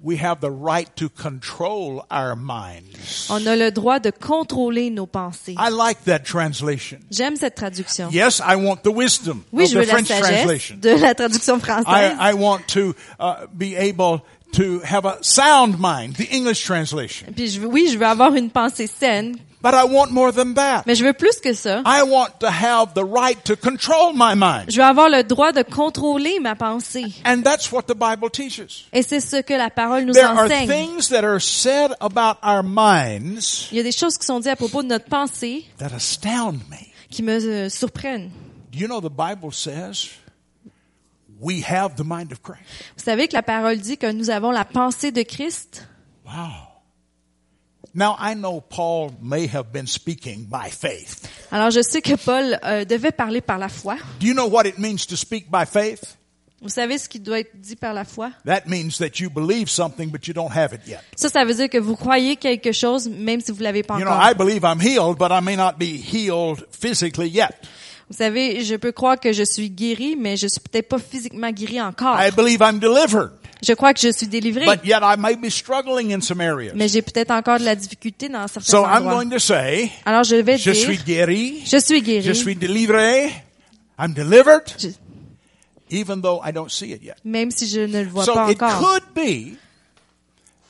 S1: we have the right to control our minds.
S2: On a le droit de contrôler nos pensées.
S1: I like that translation.
S2: J'aime cette traduction.
S1: Yes, I want the wisdom
S2: Oui,
S1: of
S2: je
S1: the
S2: veux la
S1: French
S2: sagesse
S1: translation.
S2: de la traduction française.
S1: I, I want to uh, be able to have a sound mind, the English translation.
S2: Puis je veux- oui, je veux avoir une pensée saine,
S1: But I want more than that.
S2: mais je veux plus que ça.
S1: I want to have the right to control my mind.
S2: Je veux avoir le droit de contrôler ma pensée.
S1: And that's what the Bible teaches.
S2: Et c'est ce que la parole nous
S1: There are
S2: enseigne.
S1: things that are said about our minds
S2: Il y a des choses qui sont dites à propos de notre pensée
S1: that astound me.
S2: qui me euh, surprennent.
S1: Do you know the Bible says we have the mind of Christ?
S2: Vous savez que la parole dit que nous avons la pensée de Christ.
S1: Wow. Now I know Paul may have been speaking by faith.
S2: Alors je sais que Paul euh, devait parler par la foi.
S1: Do you know what it means to speak by faith?
S2: Vous savez ce qui doit être dit par la foi?
S1: That means that you believe something but you don't have it yet.
S2: Ça, ça veut dire que vous croyez quelque chose même si vous l'avez pas
S1: You know,
S2: encore.
S1: I believe I'm healed but I may not be healed physically yet.
S2: Vous savez, je peux croire que je suis guéri, mais je suis peut-être pas physiquement guéri encore.
S1: I believe I'm delivered,
S2: Je crois que je suis délivré,
S1: but yet I may be struggling in some areas.
S2: mais j'ai peut-être encore de la difficulté dans certains
S1: So I'm
S2: endroits.
S1: going to say,
S2: Alors je vais
S1: je
S2: dire,
S1: suis guéri,
S2: je suis guéri,
S1: je suis délivré, I'm delivered,
S2: Je-
S1: even though I don't see it yet.
S2: même si je ne le vois
S1: So
S2: pas
S1: it
S2: encore.
S1: could be,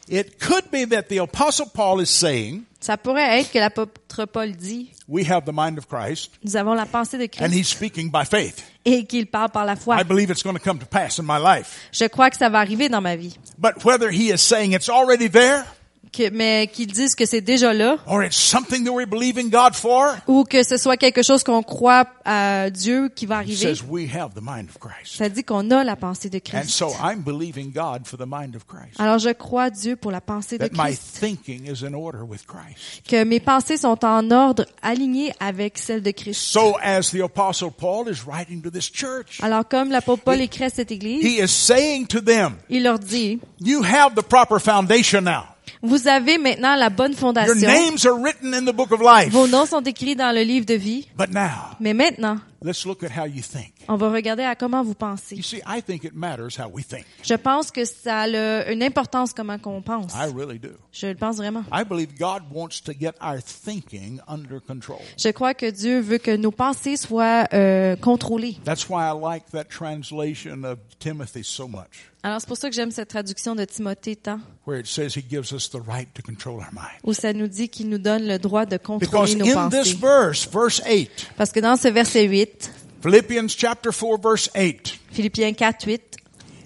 S1: it could be that the apostle Paul is saying,
S2: Ça pourrait être que l'apôtre Paul dit,
S1: we have the mind of Christ,
S2: nous avons la pensée de Christ
S1: and he's speaking by faith.
S2: et qu'il parle par la foi.
S1: I believe it's going to come to pass in my life.
S2: Je crois que ça va arriver dans ma vie.
S1: But whether he is saying it's already there,
S2: Que, mais qu'ils disent que c'est déjà là,
S1: or it's something that we believe in God for,
S2: ou que ce soit quelque chose qu'on croit à Dieu qui va
S1: he
S2: arriver.
S1: says we have the mind of Christ.
S2: Ça dit qu'on a la pensée de
S1: And
S2: Christ.
S1: so I'm believing God for the mind of Christ.
S2: Alors je crois Dieu pour la pensée de
S1: That my
S2: Christ,
S1: thinking is in order with Christ.
S2: que mes pensées sont en ordre, alignées avec celles de Christ.
S1: So as the apostle Paul is writing to this church,
S2: Alors comme l'apôtre Paul écrit à cette église,
S1: he is saying to them,
S2: il leur dit,
S1: you have the proper foundation now.
S2: vous avez maintenant la bonne
S1: Your
S2: fondation.
S1: names are written in the book of life.
S2: Vos noms sont écrits dans le livre de vie.
S1: But now,
S2: Mais maintenant,
S1: let's look at how you think.
S2: on va regarder à comment vous pensez.
S1: You see, I think it matters how we think.
S2: Je pense que ça a une importance comment qu'on pense.
S1: I really do.
S2: Je le pense vraiment.
S1: I believe God wants to get our thinking under control.
S2: Je crois que Dieu veut que nos pensées soient euh, contrôlées.
S1: That's why I like that translation of Timothy so much,
S2: Alors c'est pour ça que j'aime cette traduction de Timothée tant,
S1: where it says he gives us the right to control our mind.
S2: où ça nous dit qu'il nous donne le droit de
S1: Because
S2: contrôler nos
S1: in this
S2: pensées.
S1: verse, verse 8,
S2: Parce que dans ce verset 8,
S1: Philippians chapter 4, verse 8,
S2: Philippiens 4, 8,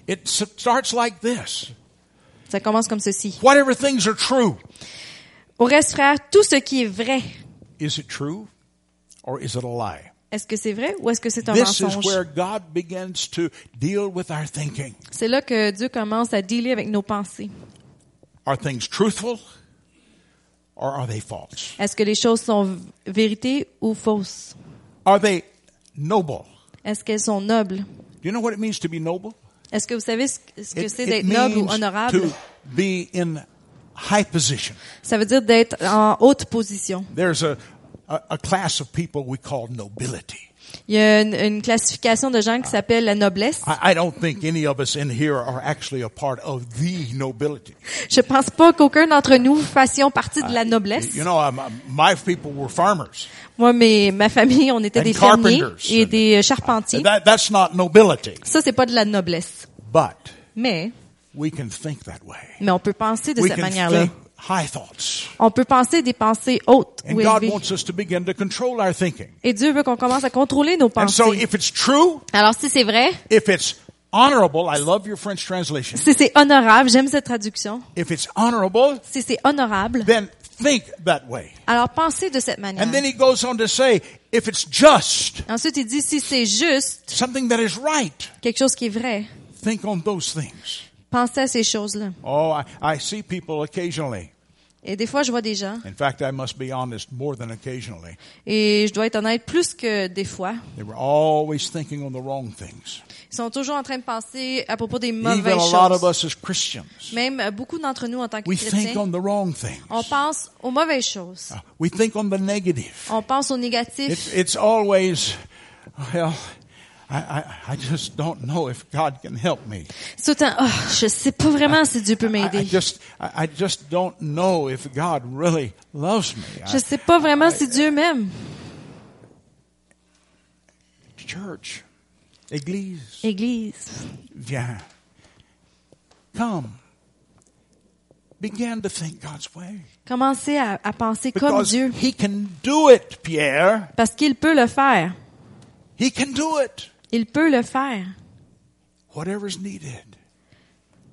S1: it s- starts like this.
S2: ça commence comme ceci.
S1: Whatever things are true.
S2: Au reste, frère, tout ce qui est vrai,
S1: Is it true or is it a lie?
S2: est-ce que c'est vrai ou est-ce que c'est un
S1: This is
S2: mensonge?
S1: where God begins to deal with our thinking.
S2: C'est là que Dieu commence à dealer avec nos pensées.
S1: Are things truthful or are they false?
S2: Est-ce que les choses sont v- vérité ou fausses?
S1: Are they noble?
S2: Est-ce qu'elles sont nobles?
S1: Do you know what it means to be noble?
S2: Est-ce que vous savez ce que ce que
S1: It-
S2: c'est
S1: it
S2: d'être noble ou
S1: means
S2: honorable?
S1: To be in high position.
S2: Ça veut dire d'être en haute position.
S1: There's a, a, a class of people we call nobility.
S2: Il y a une, une classification de gens qui s'appelle la noblesse.
S1: I, I don't think any of us in here are actually a part of the nobility.
S2: Je pense pas qu'aucun d'entre nous fassions partie de la noblesse.
S1: Uh, You know, I'm, my people were farmers.
S2: Moi, mes, ma famille, on était
S1: And
S2: des fermiers
S1: carpenters. Uh,
S2: et des euh, charpentiers.
S1: That, that's not nobility.
S2: Ça, c'est pas de la noblesse.
S1: But
S2: Mais,
S1: we can think that way.
S2: mais on peut penser de
S1: we
S2: cette
S1: can
S2: manière-là.
S1: think high thoughts.
S2: On peut penser des pensées hautes
S1: And
S2: ou
S1: God
S2: élevées.
S1: wants us to begin to control our thinking.
S2: Et Dieu veut qu'on commence à contrôler nos
S1: And so
S2: pensées.
S1: if it's true,
S2: Alors, si c'est vrai,
S1: if it's honorable, I love your French translation.
S2: si c'est honorable, j'aime cette traduction.
S1: If it's honorable,
S2: Si c'est honorable,
S1: then think that way.
S2: alors pensez de cette manière.
S1: And then he goes on to say, if it's just,
S2: Ensuite, il dit, si c'est juste,
S1: something that is right,
S2: quelque chose qui est vrai,
S1: think on those things.
S2: pensez à ces choses-là.
S1: Oh, I, I see people occasionally.
S2: Et des fois, je vois des gens,
S1: In fact, I must be honest, more than occasionally.
S2: et je dois être honnête plus que des fois,
S1: They were always thinking on the wrong things.
S2: Ils sont toujours en train de penser à propos des
S1: Even
S2: mauvaises
S1: a lot of us
S2: choses.
S1: as Christians,
S2: Même euh, beaucoup d'entre nous en tant que
S1: we think
S2: chrétiens,
S1: on the wrong things. Uh,
S2: on pense aux mauvaises choses.
S1: We think on the negative.
S2: On pense aux négatifs.
S1: It's, it's always, well, I, I, I just don't know if God can help me.
S2: Tout le temps, oh, je sais pas vraiment si Dieu peut
S1: I, I
S2: m'aider.
S1: just, I, I just don't know if God really loves me. I-
S2: Je sais pas vraiment si Dieu m'aime.
S1: church, église,
S2: Église,
S1: viens. Come. Begin to think God's way.
S2: commencez à, à penser comme
S1: Because
S2: Dieu.
S1: He can do it, Pierre.
S2: Parce qu'il peut le faire.
S1: He can do it.
S2: Il peut le faire.
S1: Whatever's needed,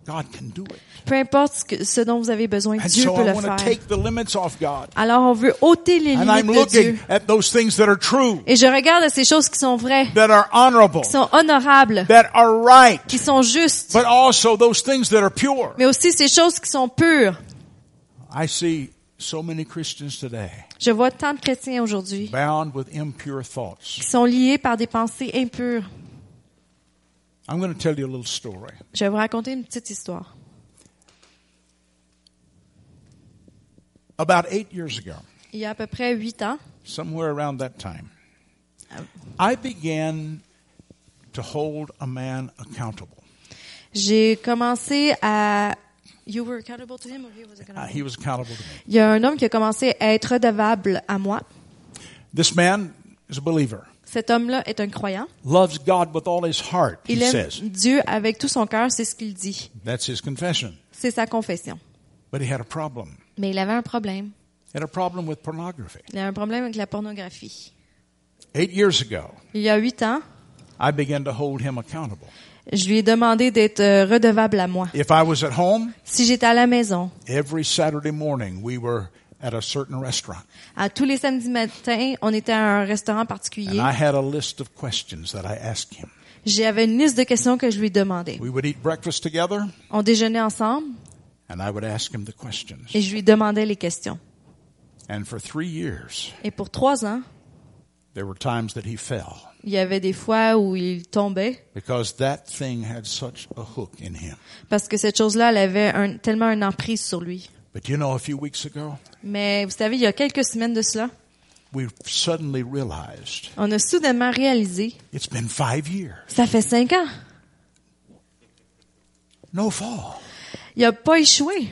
S1: God can do it.
S2: Peu importe ce, que- ce dont vous avez besoin,
S1: And
S2: Dieu
S1: so
S2: peut
S1: I
S2: le
S1: want to
S2: faire.
S1: take the limits off God.
S2: Alors on veut ôter les
S1: And I'm
S2: limites de Dieu.
S1: looking at those things that are true,
S2: Et je regarde à ces choses qui sont vraies,
S1: that are honorable,
S2: qui sont honorables,
S1: that are right,
S2: qui sont justes,
S1: but also those things that are pure.
S2: mais aussi ces choses qui sont pures.
S1: I see so many Christians today
S2: Je vois tant de chrétiens aujourd'hui
S1: bound with impure thoughts.
S2: qui sont liés par des pensées impures.
S1: I'm going to tell you a little story.
S2: Je vais vous raconter une petite histoire.
S1: About eight years ago,
S2: Il y a à peu près huit ans,
S1: somewhere around that time, I began to hold a man accountable.
S2: J'ai commencé à You were accountable to him or he was
S1: Uh,
S2: accountable?
S1: he was accountable to me.
S2: Il y a un homme qui a commencé à être redevable à moi.
S1: This man is a believer,
S2: Cet homme-là est un croyant.
S1: loves God with all his heart, he
S2: Il aime
S1: says.
S2: Dieu avec tout son cœur, c'est ce qu'il dit.
S1: That's his confession.
S2: C'est sa confession.
S1: But he had a problem.
S2: Mais il avait un problème.
S1: He had a problem with pornography.
S2: Il avait un problème avec la pornographie.
S1: Eight years ago,
S2: Il y a huit ans,
S1: I began to hold him accountable.
S2: je lui ai demandé d'être euh, redevable à moi.
S1: If I was at home,
S2: Si j'étais à la maison,
S1: every Saturday morning we were at a certain restaurant.
S2: à tous les samedis matins, on était à un restaurant
S1: And
S2: particulier.
S1: I had a list of questions that I asked him.
S2: J'avais une liste de questions que je lui demandais.
S1: We would eat breakfast together,
S2: On déjeunait ensemble
S1: and I would ask him the questions.
S2: et je lui demandais les questions.
S1: And for three years,
S2: Et pour trois ans,
S1: there were times that he fell
S2: il y avait des fois où il tombait
S1: because that thing had such a hook in him.
S2: parce que cette chose-là, elle avait un- tellement un emprise sur lui.
S1: But you know, a few weeks ago,
S2: Mais vous savez, il y a quelques semaines de cela,
S1: we suddenly realized
S2: on a soudainement réalisé,
S1: it's been five years,
S2: ça fait cinq ans,
S1: no fall.
S2: il n'a pas échoué.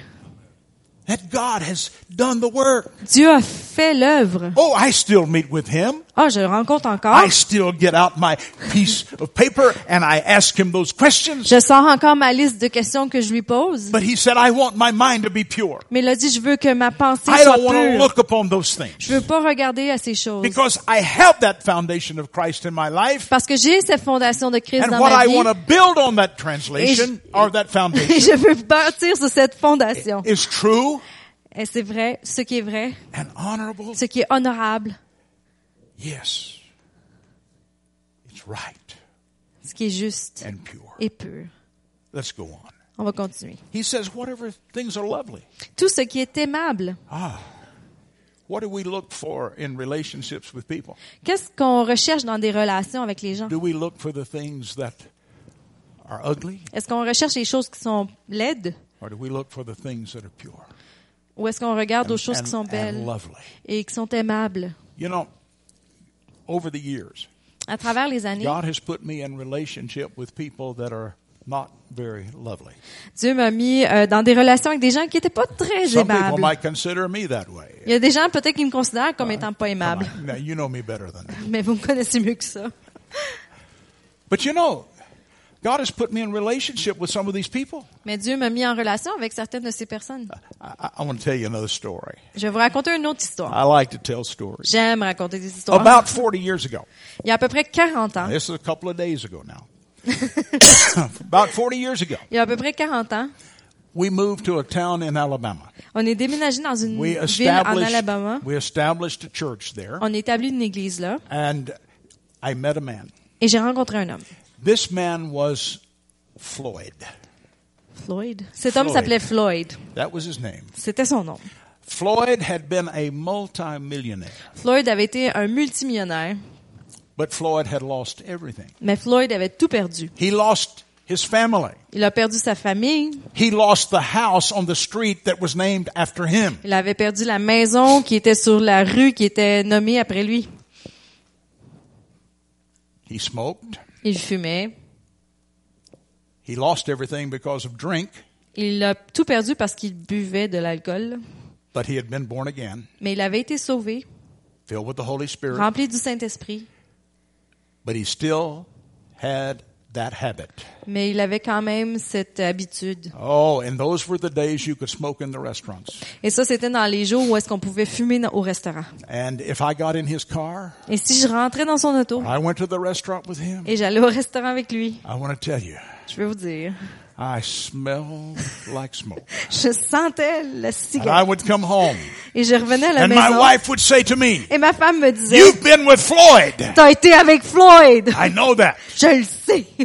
S1: That God has done the work.
S2: Dieu a fait l'œuvre.
S1: Oh, I still meet with him.
S2: Ah, je le rencontre encore.
S1: I still get out my piece of paper and I ask him those questions.
S2: Je sors encore ma liste de questions que je lui pose.
S1: But he said, I want my mind to be pure.
S2: Mais il a dit, je veux que ma pensée
S1: I
S2: soit
S1: don't want to
S2: pure.
S1: look upon those things
S2: Je veux pas regarder à ces choses.
S1: because I have that foundation of Christ in my life.
S2: Parce que j'ai cette fondation de Christ
S1: And
S2: dans
S1: what
S2: ma
S1: I
S2: vie.
S1: want to build on that translation or that
S2: Et
S1: foundation
S2: je veux bâtir sur cette fondation.
S1: is true
S2: Et c'est vrai, ce qui est vrai,
S1: and honorable.
S2: ce qui est honorable,
S1: Yes. It's right
S2: ce qui est juste
S1: and pure.
S2: et pur.
S1: Let's go on.
S2: On va continuer.
S1: He says, whatever things are lovely.
S2: Tout ce qui est aimable.
S1: What do we look for in relationships with people?
S2: Qu'est-ce qu'on recherche dans des relations avec les gens?
S1: Do we look for the things that are ugly
S2: Est-ce qu'on recherche les choses qui sont laides
S1: or do we look for the things that are pure
S2: ou est-ce qu'on regarde aux
S1: and,
S2: choses qui sont
S1: and- and
S2: belles
S1: lovely?
S2: et qui sont aimables?
S1: You know, over the years,
S2: À travers les années,
S1: God has put me in relationship with people that are not very lovely.
S2: Dieu m'a mis euh, dans des relations avec des gens qui n'étaient pas très
S1: Some people
S2: aimables.
S1: might consider me that way.
S2: Il y a des gens peut-être qui me considèrent comme étant pas
S1: Come
S2: aimable,
S1: on. Now, you know me better than that.
S2: mais vous me connaissez mieux que ça.
S1: But you know, God has put me in relationship with some of these people.
S2: Mais Dieu m'a mis en relation avec certaines de ces personnes.
S1: I, I- I want to tell you another story.
S2: Je vais vous raconter une autre histoire.
S1: I like to tell stories.
S2: J'aime raconter des histoires.
S1: Ah. About 40 years ago,
S2: Il y a à peu près 40 ans,
S1: this is a couple of days ago now. About 40 years ago,
S2: il y a à peu près 40 ans,
S1: we moved to a town in Alabama.
S2: on est déménagé dans une
S1: We
S2: ville en
S1: established,
S2: Alabama.
S1: we established a church there,
S2: On établit une église là
S1: and I met a man.
S2: et j'ai rencontré un homme.
S1: This man was Floyd.
S2: Floyd. Cet homme
S1: Floyd.
S2: s'appelait Floyd.
S1: That was his name.
S2: C'était son nom.
S1: Floyd had been a multimillionaire,
S2: Floyd avait été un multimillionnaire,
S1: but Floyd had lost everything.
S2: mais Floyd avait tout perdu.
S1: He lost his family.
S2: Il a perdu sa famille,
S1: He lost the house on the street that was named after him.
S2: il avait perdu la maison qui était sur la rue qui était nommée après lui.
S1: He smoked.
S2: Il fumait.
S1: He lost everything because of drink,
S2: Il a tout perdu parce qu'il buvait de l'alcool,
S1: but he had been born again,
S2: mais il avait été sauvé,
S1: filled with the Holy Spirit,
S2: rempli du Saint-Esprit,
S1: but he still had that habit.
S2: mais il avait quand même cette habitude.
S1: Oh, and those were the days you could smoke in the restaurants.
S2: Et ça, c'était dans les jours où est-ce qu'on pouvait fumer dans- au restaurant.
S1: And if I got in his car,
S2: Et si je rentrais dans son auto
S1: I went to the restaurant with him.
S2: et j'allais au restaurant avec lui,
S1: I want to tell you,
S2: je vais vous dire,
S1: I smelled like smoke.
S2: je sentais la
S1: And I
S2: cigarette.
S1: would come home,
S2: Et je revenais à la
S1: and my
S2: maison.
S1: wife would say to me,
S2: Et ma femme me disait,
S1: You've been with Floyd.
S2: t'as été avec Floyd.
S1: I know that.
S2: Je le sais.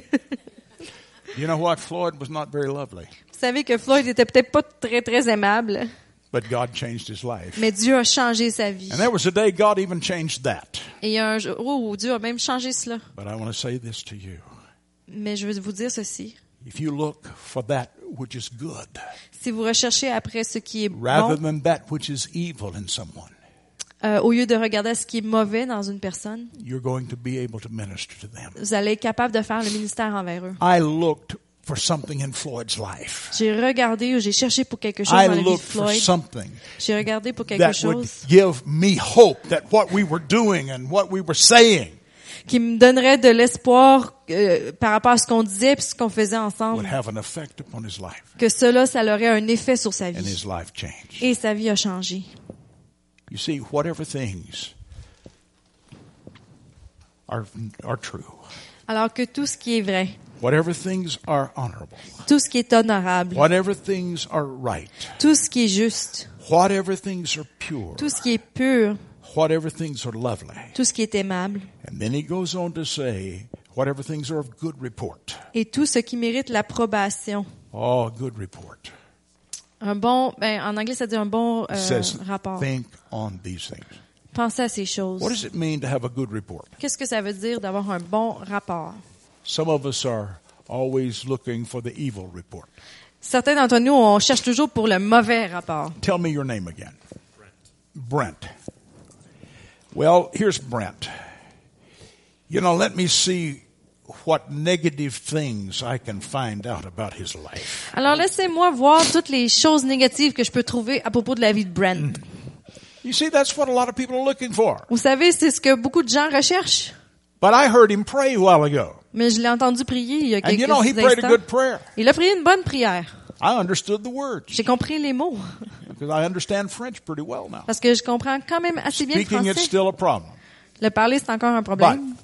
S2: Vous
S1: You know what? Floyd was not very lovely,
S2: savez que Floyd était peut-être pas très, très aimable,
S1: but God changed his life.
S2: mais Dieu a changé sa vie.
S1: And there was a day God even changed that.
S2: Et il y a un jour où Dieu a même changé cela.
S1: But I want to say this to you.
S2: Mais je veux vous dire ceci.
S1: If you look for that which is good
S2: Si vous recherchez après ce qui est
S1: rather
S2: bon,
S1: than that which is evil in someone,
S2: euh, au lieu de regarder ce qui est mauvais dans une personne,
S1: you're going to be able to minister to them.
S2: vous allez être capable de faire le ministère envers eux.
S1: I looked for something in Floyd's life.
S2: J'ai regardé, j'ai cherché pour quelque chose
S1: I
S2: dans la vie de
S1: looked for
S2: Floyd.
S1: something
S2: J'ai regardé pour quelque
S1: that would
S2: chose
S1: give me hope that what we were doing and what we were saying
S2: qui me donnerait de l'espoir euh, par rapport à ce qu'on disait et ce qu'on faisait
S1: would
S2: ensemble.
S1: have an effect upon his life.
S2: Que cela, ça aurait un effet sur sa
S1: And
S2: vie.
S1: his life changed.
S2: Et sa vie a changé.
S1: You see, whatever things are, are true,
S2: Alors que tout ce qui est vrai,
S1: whatever things are honorable,
S2: tout ce qui est honorable,
S1: whatever things are right,
S2: tout ce qui est juste,
S1: whatever things are pure,
S2: tout ce qui est pur,
S1: whatever things are lovely.
S2: tout ce qui est aimable
S1: And then he goes on to say, whatever things are of good report.
S2: et tout ce qui mérite l'approbation.
S1: Oh, good report.
S2: Un bon, ben, en anglais, ça dit un bon euh,
S1: It says,
S2: rapport.
S1: think on these things.
S2: Pensez à ces choses.
S1: What does it mean to have a good report?
S2: Qu'est-ce que ça veut dire d'avoir un bon rapport?
S1: Some of us are always looking for the evil report.
S2: Certains d'entre nous, on cherche toujours pour le mauvais rapport.
S1: Tell me your name again. Brent. Brent. Well, here's Brent. You know, let me see what negative things I can find out about his life.
S2: Alors laissez-moi voir toutes les choses négatives que je peux trouver à propos de la vie de
S1: Mm.
S2: Brent.
S1: You see, that's what a lot of people are looking for.
S2: Vous savez, c'est ce que beaucoup de gens recherchent.
S1: But I heard him pray a while ago.
S2: Mais je l'ai entendu prier il y a
S1: And
S2: quelques
S1: you know, he prayed a
S2: instants.
S1: good prayer.
S2: Il a prié une bonne prière.
S1: I understood the words
S2: J'ai compris les mots
S1: because I understand French pretty well now.
S2: parce que je comprends quand même assez bien le
S1: Speaking, it's
S2: français.
S1: still a problem.
S2: Le parler, c'est encore un
S1: But
S2: problème.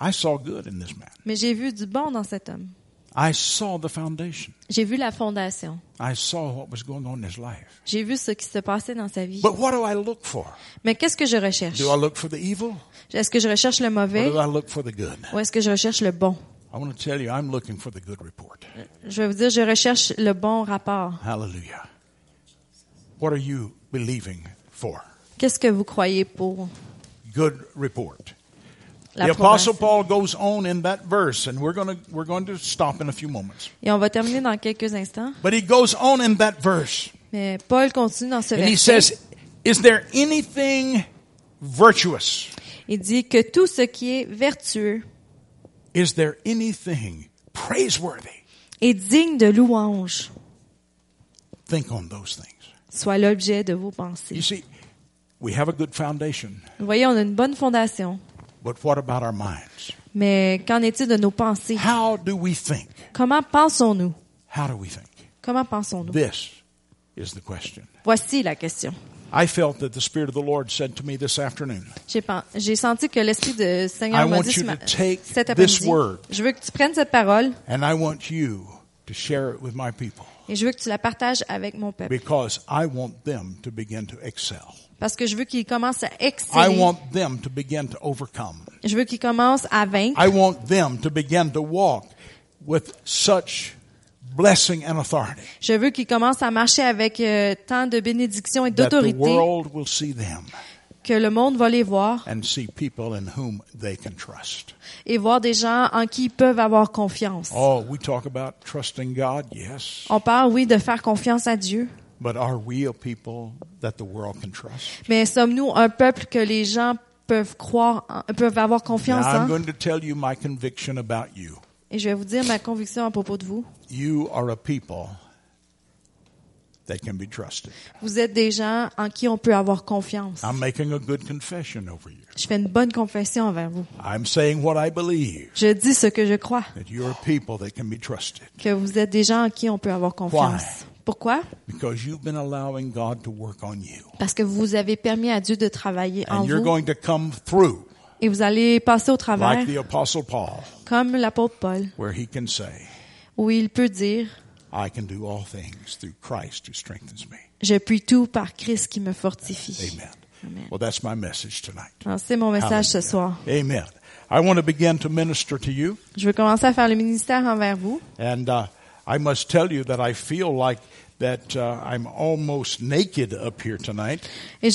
S1: I saw good in this man.
S2: Mais j'ai vu du bon dans cet homme.
S1: I saw the foundation.
S2: J'ai vu la fondation.
S1: I saw what was going on in his life.
S2: J'ai vu ce qui se passait dans sa vie.
S1: But what do I look for?
S2: Mais qu'est-ce que je recherche?
S1: Do I look for the evil
S2: Est-ce que je recherche le
S1: or
S2: mauvais
S1: do I look for the good?
S2: ou est-ce que je recherche le bon?
S1: I want to tell you, I'm looking for the good report.
S2: Je vais vous dire, je recherche le bon rapport.
S1: Hallelujah. What are you believing for?
S2: Qu'est-ce que vous croyez pour
S1: Good report.
S2: la
S1: the
S2: province?
S1: Apostle Paul goes on in that verse, and we're going to we're going to stop in a few moments.
S2: Et on va terminer dans quelques instants.
S1: But he goes on in that verse.
S2: Mais Paul continue dans ce
S1: And he
S2: verset.
S1: says, Is there anything virtuous?
S2: Il dit que tout ce qui est vertueux
S1: Is there anything praiseworthy?
S2: est digne de louange
S1: Think on those things.
S2: soit l'objet de vos
S1: You
S2: pensées.
S1: see, we have a good foundation,
S2: Vous voyez, on a une bonne fondation.
S1: but what about our minds?
S2: Mais qu'en est-il de nos pensées?
S1: How do we think?
S2: Comment pensons-nous?
S1: How do we think?
S2: Comment pensons-nous?
S1: This is the question.
S2: Voici la question.
S1: I felt that the Spirit of the Lord said to me this afternoon,
S2: J'ai pen- j'ai senti que l'Esprit du
S1: I
S2: Seigneur m'a
S1: want
S2: dit
S1: you
S2: ce
S1: to
S2: ma-
S1: take
S2: cet
S1: this
S2: après-midi,
S1: word.
S2: je veux que tu prennes cette parole
S1: and I want you to share it with my people
S2: et je veux que tu la partages avec mon peuple.
S1: because I want them to begin to excel.
S2: Parce que je veux qu'ils commencent à
S1: I
S2: exceller.
S1: want them to begin to overcome.
S2: Je veux qu'ils commencent à vaincre.
S1: I want them to begin to walk with such blessing and authority
S2: Je veux qu'ils commencent à marcher avec euh, tant de bénédictions et
S1: that the
S2: d'autorité
S1: world will see them
S2: que le monde va les voir
S1: and see people in whom they can trust.
S2: et voir des gens en qui ils peuvent avoir confiance.
S1: Oh, we talk about trusting God, yes,
S2: On parle, oui, de faire confiance à Dieu,
S1: but are we a people that the world can trust?
S2: mais sommes-nous un peuple que les gens peuvent croire, en- peuvent avoir
S1: Now,
S2: confiance
S1: I'm
S2: en?
S1: going to tell you my conviction about you.
S2: Et je vais vous dire ma conviction à propos de vous.
S1: You are a people that can be trusted.
S2: Vous êtes des gens en qui on peut avoir confiance.
S1: I'm making a good confession over you.
S2: Je fais une bonne confession envers vous.
S1: I'm saying what I believe
S2: Je dis ce que je crois,
S1: that you're a people that can be trusted.
S2: que vous êtes des gens en qui on peut avoir confiance.
S1: Why?
S2: Pourquoi?
S1: Because you've been allowing God to work on you.
S2: Parce que vous avez permis à Dieu de travailler en
S1: And you're
S2: vous
S1: going to come through,
S2: et vous allez passer au travers
S1: like the Apostle Paul,
S2: comme l'apôtre Paul,
S1: where he can say,
S2: où il peut dire
S1: I can do all things through Christ who strengthens me.
S2: Je puis tout par Christ qui me fortifie.
S1: Amen.
S2: Amen.
S1: Well, that's my message tonight.
S2: Alors, C'est mon message ce soir.
S1: Hallelujah. Amen. I want to begin to minister to you.
S2: Je veux commencer à faire le ministère envers vous.
S1: And uh, I must tell you that I feel like that uh, I'm almost naked up here tonight.
S2: Et